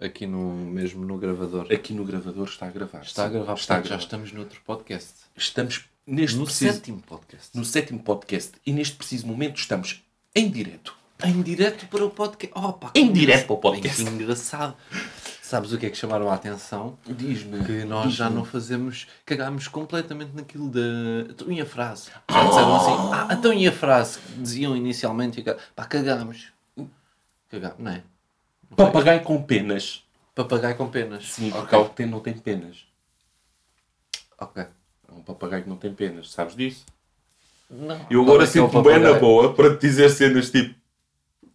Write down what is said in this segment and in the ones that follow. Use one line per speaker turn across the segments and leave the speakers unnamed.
Aqui no, mesmo no gravador.
Aqui no gravador está a gravar.
Está a
Sim,
gravar,
Está a
portanto, já
gravar.
estamos noutro podcast.
Estamos neste
No
preciso...
sétimo podcast.
no sétimo podcast e neste preciso momento estamos em direto.
Em direto para o podcast. Opa,
Em direto para o podcast.
Que engraçado. Sabes o que é que chamaram a atenção?
Diz-me.
Que nós
diz-me.
já não fazemos. Cagámos completamente naquilo da. Então, e a frase? Já disseram assim. Ah, então e a frase que diziam inicialmente? E ca- Pá, cagámos. Cagámos, não é?
Papagaio com penas.
Papagaio com penas.
Sim, porque
ok.
algo tem, não tem penas.
ok.
É um papagaio que não tem penas, sabes disso?
Não.
Eu agora
Qual é que é o
sinto-me bem na
papagaio?
boa para te dizer cenas tipo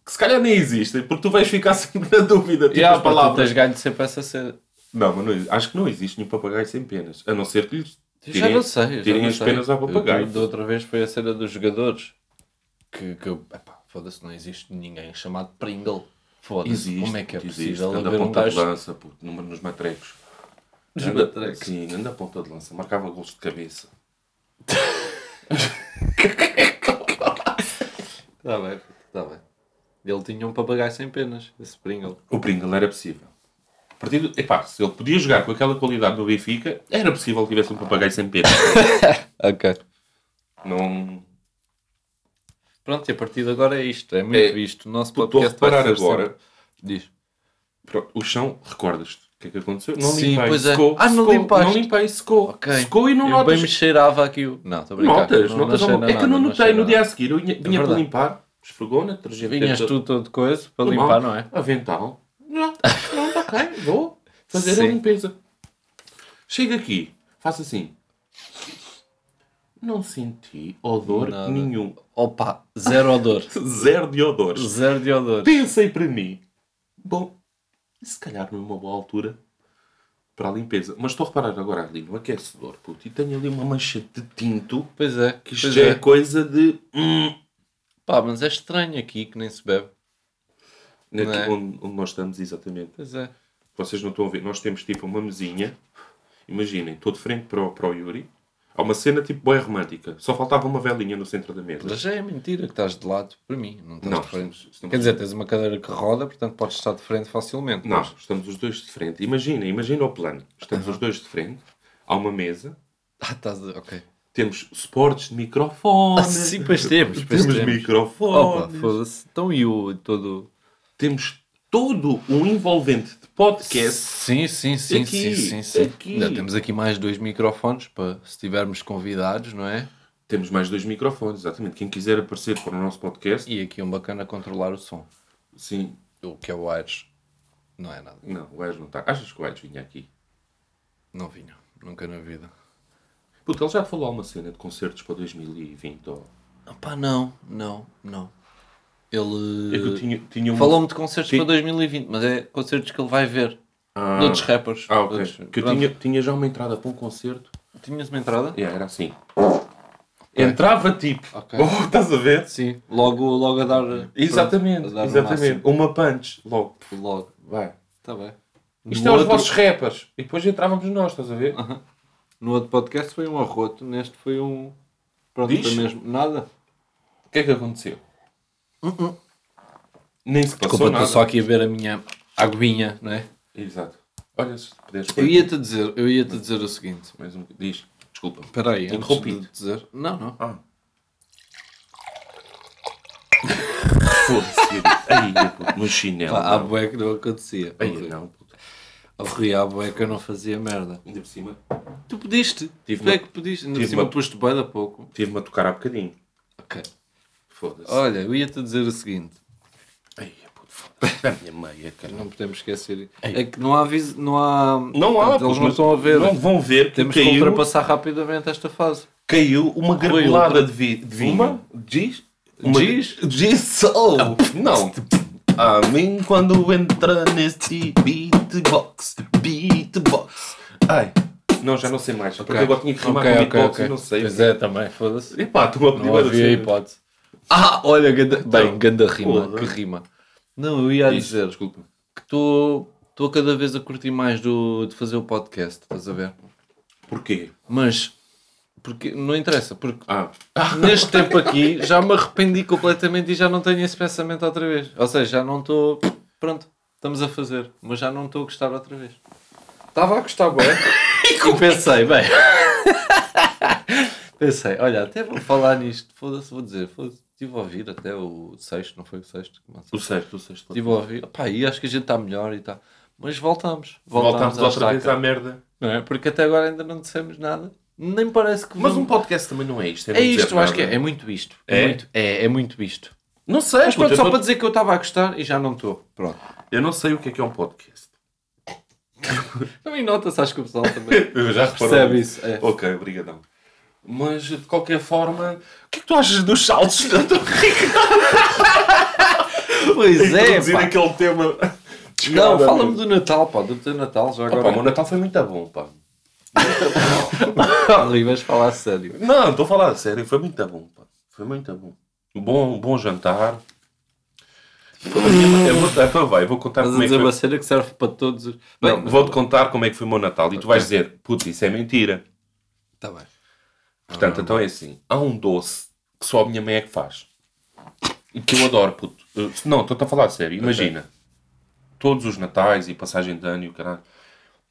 que se calhar nem existem, porque tu vais ficar sempre na dúvida. Tipo,
E há
as palavras.
palavras ganho sempre essa cena.
Não, mas não- acho que não existe nenhum papagaio sem penas, a não ser que lhes
Eu
tirem-
já não sei. eu já
tirem
não
as
sei.
penas ao
Eu-
papagaio.
Da outra vez foi a cena dos jogadores. Que, que epá, foda-se, não existe ninguém chamado Pringle. Foda-se,
Existe,
como é que é
existe,
possível
anda
haver um
ponta de
gajo
lança, puto, numa- nos matrecos.
Nos
Anda-
matrecos.
Sim, anda ponta de lança, marcava gols de cabeça.
Está Tá bem, está bem. Ele tinha um papagaio sem penas, esse Pringle.
O Pringle era possível. A partir do... Epá, se ele podia jogar com aquela qualidade no Benfica, era possível que tivesse um papagaio sem penas.
Ok.
não...
Pronto, e a partir de agora é isto. É muito
É,
visto. O nosso
Tu estou a
podcast vai
reparar
ser
agora...
sempre- Diz.
Pronto, o chão, recordas-te o que é que aconteceu? Não
Sim,
limpei,
pois é.
secou,
Ah, não
secou,
limpaste.
Não limpei, secou.
Ok.
Secou e não
Eu bem
notas.
me cheirava aqui o... Não, estou a brincar.
Notas, notas.
cheira
alguma- é que eu não
nada,
notei
cheira
no dia
nada. É
a seguir. Eu vinha, vinha para
verdade.
limpar, esfregou-na, detergente.
Vinhas
todo-
tu todo coisa para
todo mal.
limpar, não é?
Avental. Não, não, ok, vou fazer a
Sim.
limpeza. Chego aqui, faço assim. Não senti odor
Nada.
nenhum.
Opa, zero odor.
Zero de odores.
Zero de odor.
Pensei para mim, bom, se calhar não é uma boa altura para a limpeza. Mas estou a reparar agora ali no aquecedor, puto, e tenho ali uma mancha de tinto,
Pois é,
que
pois
isto
é.
é. coisa de... hum,
Pá, mas é estranho aqui que nem se bebe.
aqui
é?
onde, onde nós estamos, exatamente.
Pois é.
Vocês não estão a ver, nós temos tipo uma mesinha, imaginem, estou de frente para o, para o Yuri, há uma cena tipo boia romântica, só faltava uma velinha no centro da mesa.
Mas já é mentira que estás de lado, para mim. Não estás
Não, é
de frente.
estamos- estamos-
Quer dizer, tens uma cadeira que roda, portanto podes estar de frente facilmente.
Não, estamos os dois de frente. Imaginem, imagina o plano. Estamos os dois de frente, há uma mesa,
Ah, estás. a- Ok.
Temos suportes de microfone.
Ah, sim, pois temos, pois
temos
temos. Opa,
microfones.
foda-se. Então e o todo.
temos todo um envolvente de podcast.
Sim, sim, sim,
Aqui,
sim, sim, sim.
aqui.
Ainda temos aqui mais dois microfones para se tivermos convidados, não é?
Temos mais dois microfones, exatamente. Quem quiser aparecer para o nosso podcast.
E aqui um bacana a controlar o som.
Sim.
O que é o Aires. Não é nada.
Não, o gajo não está. Achas que o gajo vinha aqui?
Não vinha. Nunca na vida.
Puta, ele já falou uma cena de concertos para 2020. ó.
Opá, não, não, não.
É que eu
Ele
tinha, tinha um.
Eh, falou-me de concertos
Ti-
para 2020, mas é concertos que ele vai ver.
Ah.
De outros rappers.
Ah, ok.
Outros-
Que eu
Pronto.
tinha, tinha já uma entrada para um concerto.
Tinhas uma entrada?
É, era assim. Entrava tipo.
Ok.
Oh, estás a ver?
Sim. Logo, logo a dar.
Exatamente,
pronto, a dar o
exatamente.
máximo.
Uma punch. Logo.
Logo.
Vai.
Está bem.
Isto
No
é os
outro-
vossos rappers. E depois entrávamos nós, estás a ver?
No outro podcast foi um arroto, neste foi um. Pronto,
Diz?
foi mesmo. Nada.
O que é que aconteceu? Nem se passou
Desculpa,
nada.
estou só aqui a ver a minha aguinha, não é?
Exato. Olha, se puderes...
Eu ia-te dizer, eu ia-te dizer o seguinte.
Mais um... Diz. Desculpa.
Espera aí, antes
Interrompi-te.
de dizer. Não, não.
Ah. Foda-se. Aí, puto, no chinelo.
Pá, há
não.
bué que não acontecia.
Aí, não. puto.
Oh, Rui, há bué que eu não fazia merda.
Ainda por cima.
Tu pediste.
Tive
tu é
uma-
que pediste. Ainda por
tive
cima
uma-
posto bué da pouco.
Tive-me a tocar há bocadinho.
Ok.
Foda-se.
Olha, eu ia-te dizer o seguinte.
Aí, puto. Foda-se. A minha é meia, cara.
Não podemos esquecer. É que não há... Vis... Não há...
Não há,
Portanto, Eles
puto,
não
mas
estão a ver.
Não vão ver que
Temos que
caiu,
ultrapassar rapidamente esta fase.
caiu uma gargalada de, vi, de vinho.
Uma?
Diz?
Giz? Ah,
Giz? Oh, não. A mim quando entra neste beatbox, beatbox. Ai, não, já não sei mais. Porque agora tinha que rimar
Ok,
com
ok,
beatbox
ok.
e não né? sei.
Pois é, também. Foda-se.
Epá, tu a
Não
primeira
havia
vez.
hipótese. Ah, olha, ganda... bem, ganda rima.
Foda-se.
Que rima. Não, eu ia dizer...
Desculpa.
que estou estou cada vez a curtir mais do, de fazer o podcast, estás a ver?
Porquê?
Mas porque não interessa, porque
Ah,
neste tempo aqui já me arrependi completamente e já não tenho esse pensamento outra vez. Ou seja, já não estou pronto. Estamos a fazer, mas já não estou a gostar outra vez.
Estava a gostar, bué.
E pensei, bem. pensei, olha, até vou falar nisto. Foda-se, vou dizer. Foda-se. Estive a ouvir até o sexto, não foi o sexto? que lançou?
o sexto, o sexto.
Estive a ouvir. Pá, e acho que a gente está melhor e tal. Mas voltamos.
Voltámos outra vez à
estaca,
merda.
Não é? Porque até agora ainda não dissemos nada. Nem parece que
Mas um
vamos-
podcast também não é isto.
É
não dizer
isto, eu acho que
nada.
é. É muito isto.
É?
muito, é, é muito isto.
Não sei,
Mas
puto,
pronto,
eu,
só
tô-
para dizer que eu estava a gostar e já não estou. Pronto.
eu não sei o que é que é um podcast.
Também nota-se, acho que o pessoal também
Eu já
percebe isso. É.
Ok, obrigadão. Mas, de qualquer forma, o que é que tu achas dos saltos da tua
Pois é,
Introduzir
pá.
aquele tema.
Não,
Descarada,
fala-me
meu.
do Natal, pá, do teu Natal já
Opa, o meu
agora.
Natal foi muito bom, pá.
Ah, Rui, vais falar sério.
Não, estou a falar a sério, foi muito bom, pá. Foi muito bom. Bom, bom jantar. É Eu vou, então vai, eu vou contar
Estás a
como é que
dizer
foi.
uma cena que serve para todos os.
Não, vou-te contar como é que foi o meu Natal e tu vais dizer, putz, isso é mentira.
Está tá bem.
Portanto, então é assim: há um doce que só a minha mãe é que faz. E que eu adoro, puto. Eu- Não, estou-te a falar a sério. Imagina, todos os Natais e passagem de ano e o caralho,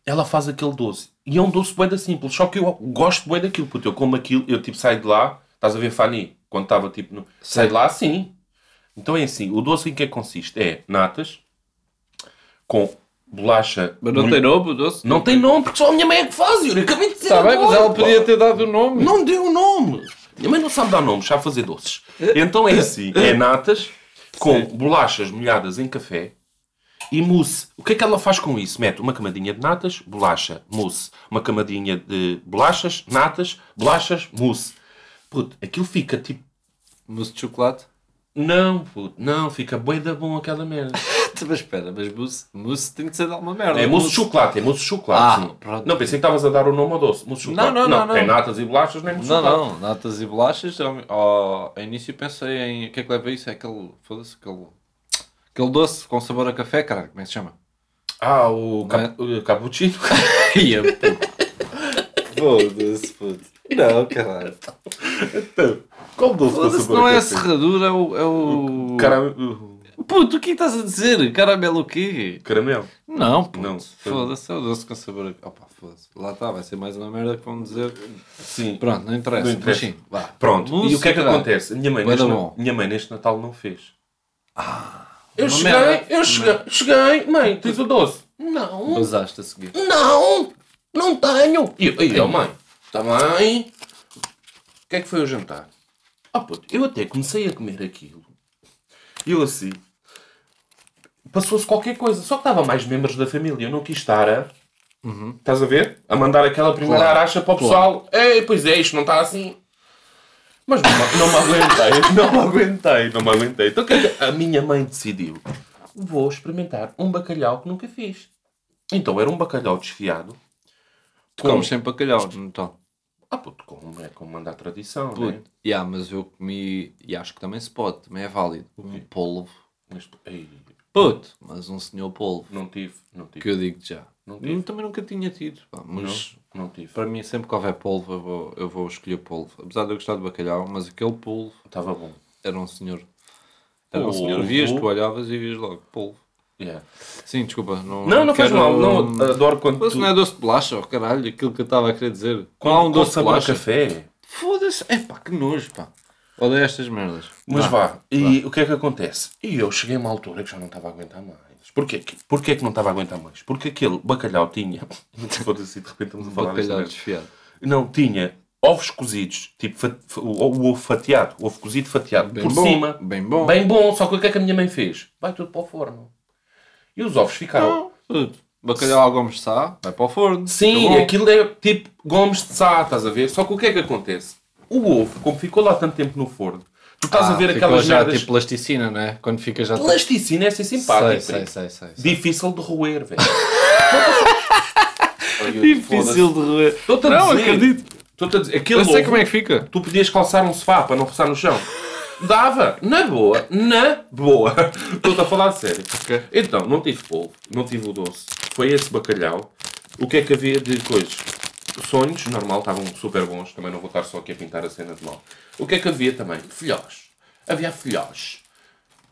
ela faz aquele doce. E é um doce bué da simples, só que eu gosto bué daquilo, puto. Eu como aquilo, eu tipo saio de lá, estás a ver Fani? Quando estava tipo. No... Saio de lá assim. Então é assim: o doce em que é que consiste? É natas com bolacha.
Mas não
molho-
tem nome o doce?
Não tem nome, porque só a minha mãe é que faz, Yuri. Acabei de dizer.
Está Tá bem, mas
agora,
ela
pá.
podia ter dado o nome.
Não deu o nome. Minha mãe não sabe dar nomes, sabe fazer doces. Então é assim: é natas com bolachas molhadas em café e mousse. O que é que ela faz com isso? Mete uma camadinha de natas, bolacha, mousse. Uma camadinha de bolachas, natas, bolachas, mousse. Puto, aquilo fica tipo.
Mousse de chocolate?
Não, puto, não, fica bué da bom aquela merda.
Mas espera, mas mousse, mousse tem de ser de alguma merda.
É mousse de chocolate, é mousse de chocolate.
Ah,
sim.
pronto.
Não, pensei que estavas a dar o nome ao doce. Mousse de
Não,
chocolate.
não, não,
Tem
não.
natas e bolachas, nem mousse de
Não,
chocolate.
não, natas e bolachas. Ao, ao, ao início pensei em. O que é que leva isso? É aquele. Foda-se, aquele. Aquele doce com sabor a café, cara, como é que se chama?
Ah, o, cap...
é?
o cappuccino.
Ia, Foda-se, puto. Não, caralho.
Então, Qual doce
Foda-se, não é a serradura, é o. É o...
Caramelo.
Puto, o que estás a dizer? Caramelo o quê?
Caramelo.
Não, puto.
Não.
Foda-se, é o doce com sabor a. Opa, foda-se. Lá está, vai ser mais uma merda que vão dizer.
Sim.
Pronto, não interessa.
Não interessa.
Mas sim, vá.
Pronto. e o que é que
caralho.
acontece? A Minha mãe,
Bué
neste,
da
na-
bom. Ah,
minha mãe neste Natal não fez. Eu
Uma
cheguei,
merda.
eu cheguei, cheguei, mãe, tens o doce. Não,
Basaste a seguir.
não, não tenho. E eu, e eu mãe, está bem. O que é que foi o jantar? Ah, puto, eu até comecei a comer aquilo. E eu assim, passou-se qualquer coisa. Só que estava mais membros da família, eu não quis estar a... Estás a ver? A mandar aquela primeira
Uhum. Claro.
aracha para o pessoal. Ei, pois é, isto não está assim. Mas não, me- não me aguentei, não me aguentei, não me aguentei. Então o que é que a minha mãe decidiu? Vou experimentar um bacalhau que nunca fiz. Então era um bacalhau desfiado. Com...
Comes sem bacalhau, não então.
Ah, puto, como é como manda a tradição, né?
Puto, yeah, mas eu comi, e acho que também se pode, também é válido, um polvo.
Mas, ei,
Puto, mas um senhor polvo,
não tive, não tive,
que eu digo já.
Não tive.
Também nunca tinha tido, pá, mas
não tive.
para mim sempre que houver polvo eu vou, eu vou escolher polvo. Apesar de eu gostar de bacalhau, mas aquele polvo
Estava bom.
era um senhor. Era um
Polvo?
senhor, vias, tu olhavas e vias logo, polvo.
Yeah. um
Sim, desculpa, não
Não, não faz
quero-
mal, não adoro quando
Mas
tu...
não é doce de bolacha, oh, caralho, aquilo que eu estava a querer dizer. Qual
Quando
há um
com
doce de
sabor a
bolacha?
café.
Foda-se, é pá, que nojo, pá. Odeio estas merdas.
Mas
Vá.
vá, e o que é que acontece? E eu cheguei a uma altura que já não estava a aguentar mais. Porquê? que- Porquê que não estava a aguentar mais? Porque aquele bacalhau tinha. Foda-se, de repente estamos a falar desta
Bacalhau
merda.
desfiado.
Não, tinha ovos cozidos, tipo fa- fa- o, o ovo fatiado, o ovo cozido fatiado,
Bem
por
bom,
cima.
bem bom.
Bem bom, só que o que é que a minha mãe fez? Vai tudo para o forno. E os ovos ficaram.
Uh, Bacalhau ao Gomes de Sá, vai para o forno.
Sim,
Tá bom.
aquilo é tipo gomes de sá, estás a ver? Só que o que é que acontece? O ovo, como ficou lá tanto tempo no forno, tu estás
Ah,
a ver
ficou
aquelas
já
merdas.
tipo plasticina, não é? Quando fica já... tipo,
Plasticina é ser
Sei,
simpático.
sei, sei, sei. sei.
Difícil de roer, velho.
de roer.
Estou-te a
Não,
dizer.
acredito.
Estou-te a dizer. Aquele
Eu sei
ovo,
como é que fica.
tu podias calçar um sofá para não roçar no chão. Dava. Na boa. Na boa. Estou-te a falar a sério.
Ok.
Então, não tive polvo. Não tive o doce. Foi esse bacalhau. O que é que havia de coisas? Sonhos, normal, estavam super bons. Também não vou estar só aqui a pintar a cena de mal. O que é que havia também? Filhós. Havia filhós.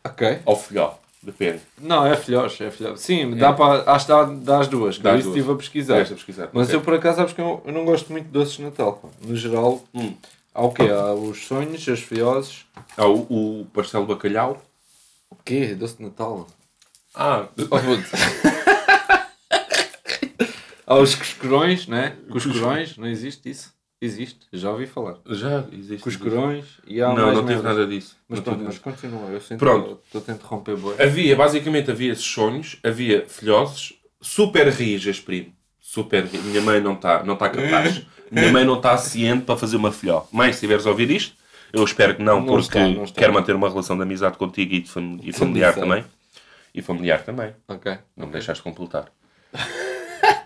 Ok.
Ou filhó. Depende.
Não, é filhós, é filhós. Sim, dá para. Acho que dá, dá as duas. que
Dá
eu
as
isso
duas.
estive a pesquisar.
Estiveste a pesquisar,
Mas
ok.
eu por acaso acho que eu, eu não gosto muito de doces de Natal. pá. No geral,
Hum.
há o quê? Há os sonhos, as filhoses.
Há Ah, o, o pastel de bacalhau.
O quê? Doce de Natal?
Ah,
oh, Há os cuscurões, né? Cuscurões, não existe isso? Existe, já ouvi falar.
já existe.
Cuscurões e há
Não,
mais
não tive
merdas.
nada disso.
Mas
Não
pronto,
tive
mas continua, eu sinto
Pronto.
estou a te interromper boi.
Havia, basicamente, havia sonhos, havia filhoses, super rijas, primo. Super rijas. Minha mãe não está não tá capaz. Minha mãe não está ciente para fazer uma filhó. Mãe, se estiveres a ouvir isto, eu espero que não,
Não
porque
está, não está.
quero manter uma relação de amizade contigo e, de fam- e familiar
Amizade.
também. E familiar também.
Ok.
Não me deixaste completar.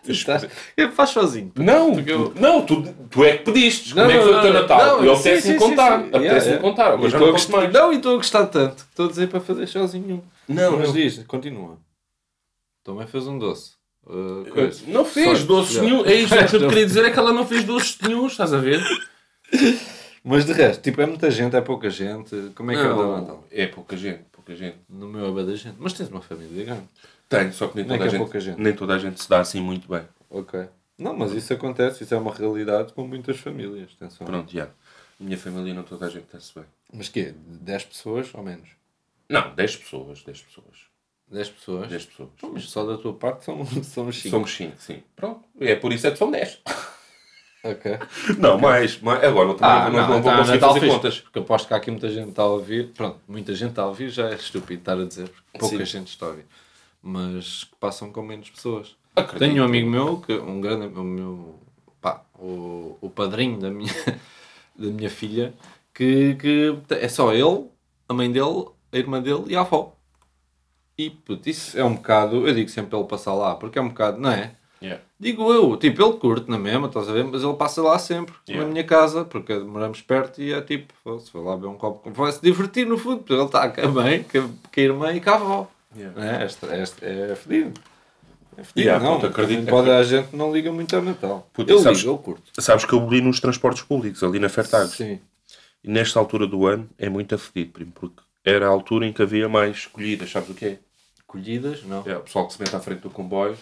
Estás... Eu faço sozinho.
Não,
Porque eu-
tu, não tu, tu é que pediste.
Não,
Como é que foi
não,
o teu
não,
Natal?
não,
eu
sim, sim,
apetece-me
sim,
contar.
sim.
Apetece-me
Yeah,
contar.
yeah.
Agora
E
já
estou a
não conto
gostar-
mais.
Não, e estou a gostar tanto que estou a dizer para fazer sozinho.
Não,
Mas
não.
diz, continua. Também fez um doce. Uh, coisa.
Não fez
Sorte.
doces
Já.
nenhum. É isto o que eu te
Não.
queria dizer. É que ela não fez doces nenhum. Estás a ver?
Mas de resto, tipo, é muita gente, é pouca gente. Como é que é o teu Natal?
Não, é pouca gente. Pouca gente.
No meu é bué da gente. Mas tens uma família grande.
Tenho, só que nem
Não é
toda, a
que é
gente,
pouca gente.
nem toda a gente se dá assim muito bem.
Ok. Não, mas isso acontece, isso é uma realidade com muitas famílias, atenção.
Pronto, já. Minha família não toda a gente está-se bem.
Mas quê? 10 pessoas ou menos?
Não, 10 pessoas. 10 pessoas.
10 pessoas?
10 pessoas.
Pô, Mas só da tua parte são, são 5.
Somos 5, sim. Pronto. É por isso é que são 10.
Ok.
Não, mais. mais agora eu também
Ah,
não, não, vou
tá,
conseguir
Natal
fazer
fixe.
contas.
Porque aposto que há aqui muita gente está a ouvir. Pronto, muita gente está a ouvir, já é estúpido estar a dizer, porque pouca
Sim.
gente está a ouvir. Mas que passam com menos pessoas.
Acredito.
Tenho um amigo meu, que um grande o meu pá, o, o padrinho da minha, da minha filha, que, que é só ele, a mãe dele, a irmã dele e a avó. E puto, isso é um bocado, eu digo sempre para ele passar lá, porque é um bocado, não é?
Yeah.
Digo eu, tipo, ele curte na mesma, estás a ver? Mas ele passa lá sempre,
Yeah.
na minha casa, porque moramos perto e é tipo, "Pô, se for lá beber um copo, vai se divertir no fundo, porque ele está com a mãe, com a- com a irmã e com a avó.
Yeah.
Não É, Esta- esta- é fedido. É fedido,
Yeah,
não.
puta, acredito-
Também pode, a gente não liga muito a Natal.
Puta,
eu
sabes-
ligo, eu curto.
Sabes que eu li nos transportes públicos, ali na Fertagos.
Sim.
E nesta altura do ano é muito afedido, primo, porque era a altura em que havia mais colhidas, sabes o que é?
Colhidas, não.
É o pessoal que se mete à frente do comboio.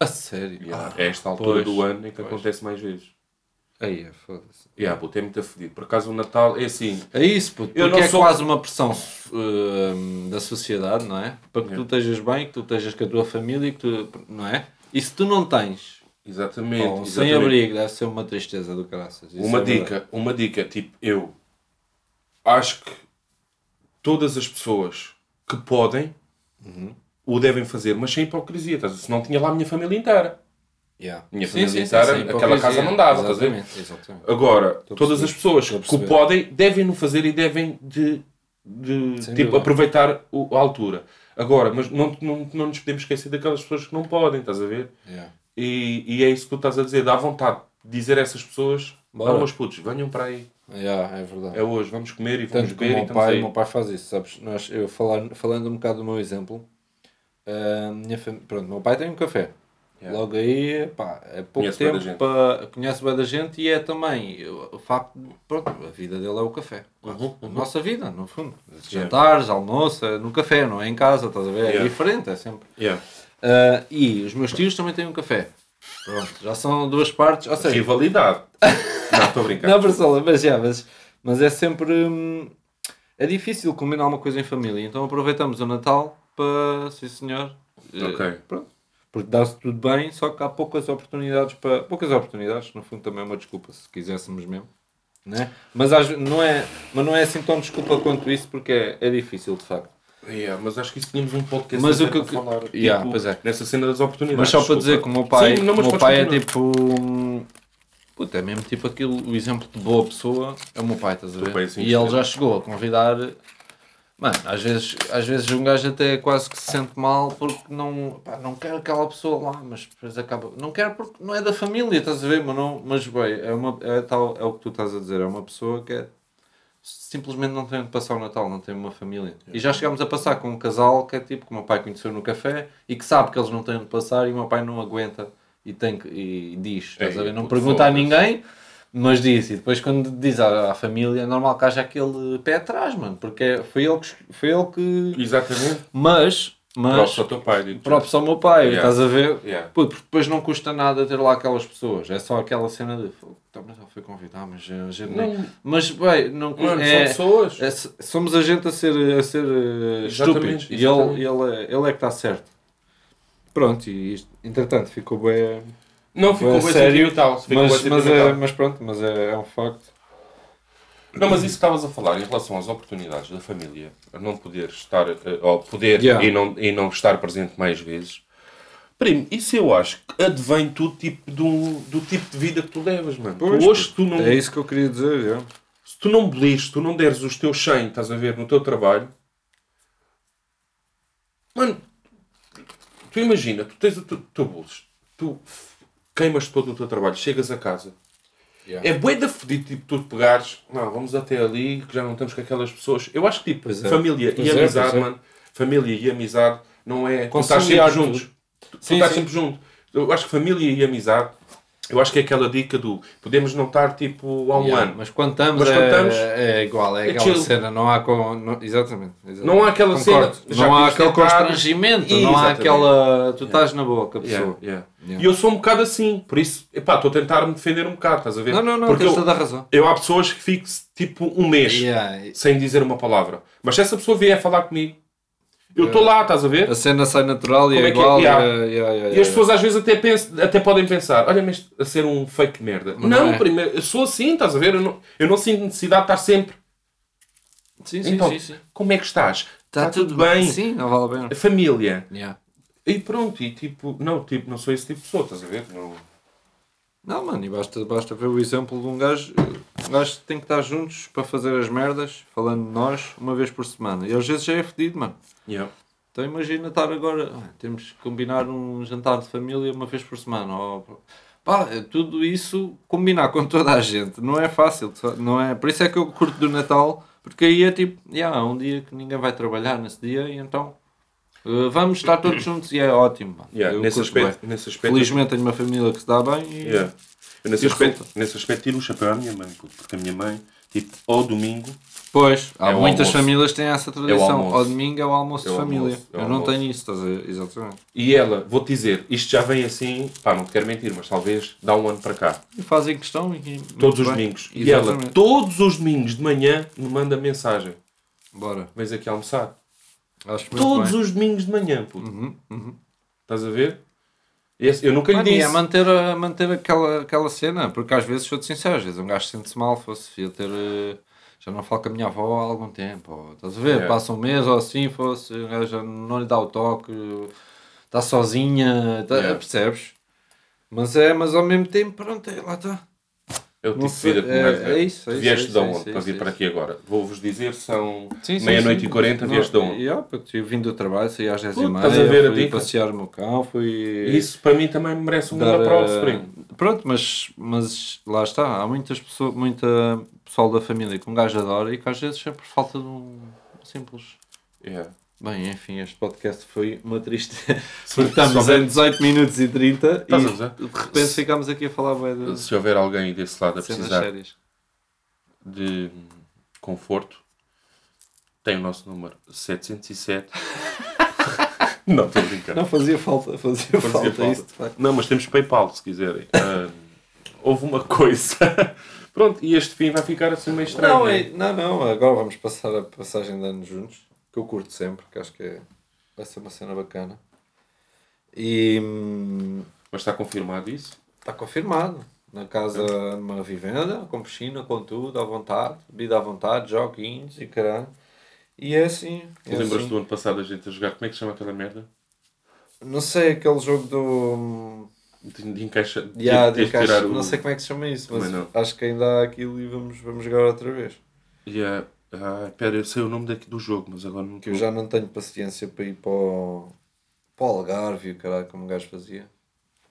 A sério?
Yeah,
Ah,
é esta altura
pois,
do ano em que
pois.
acontece mais vezes.
Aí, é, foda-se.
Yeah, puto, é muito afedido. Por acaso o Natal é assim.
É isso, puto, porque
Eu não
é
sou-
quase uma pressão hum, da sociedade, não é? Para que
Yeah.
tu estejas bem, que tu estejas com a tua família, que tu, não é? E se tu não tens
Exatamente.
ou um
exatamente.
sem-abrigo, deve ser uma tristeza do caraças. Isso
Uma
é verdade.
dica, uma dica, tipo, eu acho que todas as pessoas que podem
Uhum.
o devem fazer, mas sem hipocrisia, estás a ver? se não tinha lá a minha família inteira.
Yeah.
Minha
Sim,
família
sim, sim,
inteira,
sim,
aquela
hipocrisia.
casa não dava, estás a ver?
Exatamente, exatamente.
Agora,
a
todas
perceber.
as pessoas que
Estou a
o
perceber.
podem, devem o fazer e devem de, de,
Sem
tipo,
dúvida.
aproveitar o- a altura. Agora, mas não, não, não nos podemos esquecer daquelas pessoas que não podem, estás a ver?
Yeah.
E, e é isso que tu estás a dizer, dá vontade de dizer a essas pessoas,
Bora.
vamos putos, venham para aí,
Yeah, é verdade.
é hoje, vamos comer e vamos
Tanto que o
beber e
meu
estamos
pai, o
aí.
meu pai faz isso, sabes? Nós, eu falar, falando um bocado do meu exemplo, a minha fam... pronto, meu pai tem um café.
Yeah.
Logo aí, pá, é pouco
Conhece bué da
tempo
gente.
para. Conhece bem da gente e é também o o facto. de- Pronto, a vida dele é o café.
Uhum,
A nossa vida, no fundo. Jantares, almoço, é no café, não é em casa, estás a ver? É
Yeah.
diferente, é sempre.
Yeah.
Ah, e os meus tios também têm um café. Pronto, já são duas partes. Ou seja,
Rivalidade. não, estou a brincar.
não, Barcelona, mas já, mas, mas é sempre. hum, é difícil combinar uma coisa em família, então aproveitamos o Natal para. Sim, senhor. eh,
Ok.
Pronto. Porque dá-se tudo bem, só que há poucas oportunidades para. Poucas oportunidades, no fundo também é uma desculpa, se quiséssemos mesmo. Né? Mas, às- não é, mas não é assim tão desculpa quanto isso, porque é, é difícil de facto.
Yeah, mas acho que isso tínhamos um podcast
Mas o
até
que eu
para
que-
falar, tipo,
Yeah, pois é.
nessa cena das oportunidades.
Mas só para
desculpa.
dizer que o meu pai,
Sim, não,
o
mas
meu
podes
pai é
continuar.
tipo. hum, Puta, é mesmo tipo aquilo, o exemplo de boa pessoa é o meu pai, estás a ver?
pai, sim,
e ele
sim.
já chegou a convidar. Mano, às vezes, às vezes um gajo até quase que se sente mal porque não, pá, não quer aquela pessoa lá, mas depois acaba. Não quer porque não é da família, estás a ver? Mas, não, mas bem, é, uma, é, tal, é o que tu estás a dizer, é uma pessoa que é, simplesmente não tem de passar o Natal, não tem uma família.
É.
E já chegámos a passar com um casal que é tipo que o meu pai conheceu no café e que sabe que eles não têm de passar e o meu pai não aguenta e tem que e diz, estás
Ei,
a ver? Não
puto,
pergunta a
É, foda-se.
ninguém, mas diz. E depois quando diz à, à família, é normal que haja aquele pé atrás, mano, porque é- foi ele que, es- foi ele que
Exatamente.
mas
Props
Mas
ao teu pai, digo
próprio ao meu pai,
Yeah.
estás a ver?
Yeah.
Puto, porque depois não custa nada ter lá aquelas pessoas. É só aquela cena de "Fogo, tá, mas eu fui convidar, mas a gente nem-"
Não.
Mas bem, não cu-
Mano,
é-
são pessoas.
é- somos a gente a ser, a ser eh,
Exatamente,
estúpidos. E ele,
exatamente.
ele, é, ele é que está certo. Pronto, e isto, entretanto ficou bem.
Não, ficou
é
bem
sério,
sentimental. Ficou
Mas,
bem
mas,
sentimental.
é, mas pronto, mas é, é um facto.
Não, mas isso que estavas a falar em relação às oportunidades da família, a não poder estar, eh, ou poder
Yeah.
e, não, e não estar presente mais vezes, primo, isso eu acho que advém tudo tipo do, do tipo de vida que tu levas, mano. Tu
Pois,
hoje tu
puto,
não,
É isso que eu queria dizer. yeah.
se tu não bolires, tu não deres os teus 100, estás a ver, no teu trabalho, mano, tu imagina, tu tens o teu, teu bolos, tu f- queimas todo o teu trabalho, chegas a casa.
Yeah.
É bué da fodido, tipo, tu pegares, não, vamos até ali, que já não estamos com aquelas pessoas. Eu acho que, tipo,
Pois é.
família
Pois
e
é,
amizade,
pois é.
mano, família e amizade não é... Tu estás
Conciliar
sempre juntos.
tudo.
Tu
Sim,
estás
sim.
sempre junto. Eu acho que família e amizade, eu acho que é aquela dica do podemos não estar, tipo, há um
Yeah,
ano.
Mas quando estamos,
Mas quando
é,
estamos,
é igual, é,
é
aquela
chill.
cena, não há. Com, não- exatamente, exatamente.
Não há aquela
Concordo.
cena, já
Não há
podemos
aquele
tentar.
constrangimento, não há
Exatamente.
aquela. Tu estás na boca, pessoa.
Yeah, yeah.
Yeah.
E eu sou um bocado assim, por isso, epá, estou a tentar me defender um bocado, estás a ver?
Não, não, não,
Porque
tens
eu,
toda a razão.
eu há pessoas que fico tipo um mês
Yeah,
sem dizer uma palavra. Mas se essa pessoa vier falar comigo, eu estou lá, estás a ver?
A cena sai natural e
Como
é
é que é?
igual.
Yeah.
yeah, yeah, yeah,
E as
yeah.
pessoas às vezes até, pensam, até podem pensar, olha, mas a ser um fake merda.
Mas
não,
não é.
primeiro, eu sou assim, estás a ver? Eu não, eu não sinto necessidade de estar sempre.
Sim, sim,
Então,
sim. sim.
como é que estás?
Está tudo bem. Sim, não vale a pena.
Família.
Yeah.
E pronto, e tipo, não, tipo, não sou esse tipo de pessoa, estás a ver? Não.
Não, mano, e basta, basta ver o exemplo de um gajo. Um gajo que tem que estar juntos para fazer as merdas, falando de nós, uma vez por semana. E às vezes já é fedido, mano.
Yeah.
Então imagina estar agora. ah, Temos que combinar um jantar de família uma vez por semana. ou- Pá, é tudo isso combinar com toda a gente não é fácil, só- não é? Por isso é que eu curto do Natal, porque aí é tipo, yeah, há um dia que ninguém vai trabalhar nesse dia e então eh, vamos estar todos juntos e é ótimo. pá.
Yeah,
Eu
nesse,
curto
aspecto,
bué.
nesse aspecto,
Felizmente tenho uma família que se dá bem e
Yeah. Eu nesse,
E
aspecto,
resulta.
nesse aspecto tiro o chapéu à minha mãe, puto, porque a minha mãe, tipo, ao domingo,
Pois, há
É o
muitas
almoço.
famílias que têm essa tradição.
almoço.
Ao domingo é o almoço
É o
de família.
almoço, é o
eu não
almoço.
tenho isso, estás a ver? Exatamente.
e ela, vou-te dizer, isto já vem assim, pá, não te quero mentir, mas talvez dá um ano para cá,
E fazem questão e.
todos
muito
os
bem.
domingos. E
Exatamente.
ela, todos os domingos de manhã, me manda mensagem:
Bora.
Vens aqui almoçar.
Acho muito
todos
bem.
os domingos de manhã, puto.
Uhum, uhum.
Estás a ver? Esse- eu nunca lhe
Mano, e
disse.
é manter, a- manter aquela, aquela cena, porque às vezes sou-te sincero, às vezes um gajo sente-se mal, fosse ia ter. eh, Já não falo com a minha avó há algum tempo, ou, estás a ver?
É.
Passa um mês ou assim, fosse, um gajo já não lhe dá o toque, está sozinha, tá-
É.
percebes? Mas é, mas ao mesmo tempo, pronto, é, lá está.
Eu tive
Não
de vida
sei,
com
é-
mais velho.
é isso, é isso, é
Vieste
isso,
de
é
onde
isso, é
para vir
isso,
para
é
aqui agora? Vou-vos dizer, são
Sim, sim,
meia-noite
sim.
e quarenta,
Não,
vieste de onde?
yeah, porque eu vim do trabalho, saí às 10
Puta,
e meia,
estás a ver a
fui
dica?
passear o meu cão, fui...
Isso para mim também merece um
Dar,
grande aplauso,
eh,
primo.
Pronto, mas, mas lá está. Há muitas pessoas, muita pessoal da família que um gajo adora e que às vezes sempre falta de um simples.
Yeah.
Bem, enfim, este podcast foi uma triste.
Se-
Estamos
se houver-
em 18 minutos e 30
Estás a
e
usar?
de repente ficámos aqui a falar bem de
Se houver alguém desse lado a
cenas
precisar
sérias.
de conforto, tem o nosso número 707. não, estou a brincar.
Não
Não,
fazia falta, fazia,
Fazia
falta,
falta.
isso de facto.
mas temos PayPal se quiserem. Ah, houve uma coisa. Pronto, e este fim vai ficar assim meio estranho.
Não,
né?
é- não, não, agora vamos passar a passagem de anos juntos, que eu curto sempre, que acho que é- vai ser uma cena bacana. E. hum,
Mas está confirmado isso?
Está Tá confirmado. Na
É.
casa, numa vivenda, com piscina, com tudo, à vontade, bebida à vontade, joguinhos e caralho. E é assim. é
E lembras
assim.
do ano passado a gente a jogar? Como é que se chama aquela merda?
Não sei, aquele jogo do.
De, de encaixa- de-
Yeah, de
teres de
encaixe,
tirar o-
Não sei como é que se chama isso, mas
Também
acho que ainda há aquilo e vamos, vamos jogar outra vez.
Yeah. Ah, pera, eu sei o nome daqui do jogo, mas agora não
Que eu já não tenho paciência para ir para o, para o Algarve e o caralho, como o gajo fazia.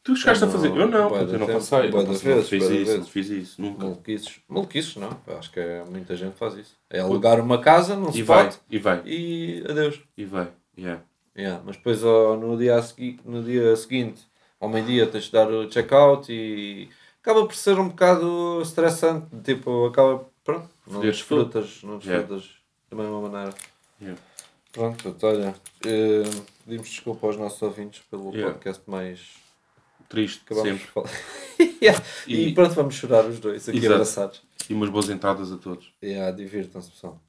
Tu chegaste
Não,
a fazer? Eu não, puto,
bué da
eu não
tempo,
passei. eu
bué
Não
da
passei, não
vezes,
fiz
bué da
isso,
vezes.
não fiz isso, nunca.
Maluquices. Maluquices não, acho que é- muita gente faz isso. É alugar uma casa num
E vai,
spot
e vai,
e adeus.
e vai. Yeah.
Yeah, mas depois ó, no, dia a segui- no dia seguinte, ao meio-dia, tens de dar o check-out e acaba por ser um bocado estressante. Tipo, acaba. Pronto, não
Foderes
desfrutas, não
Yeah.
desfrutas da mesma maneira.
Yeah.
Pronto, puto, olha. eh, pedimos desculpa aos nossos ouvintes pelo
Yeah.
podcast mais.
Triste,
Acabámos
sempre.
de falar. Yeah. e,
E-
pronto, vamos chorar os dois aqui
Exato.
abraçados.
E umas boas entradas a todos.
Yeah, Divirtam-se, pessoal.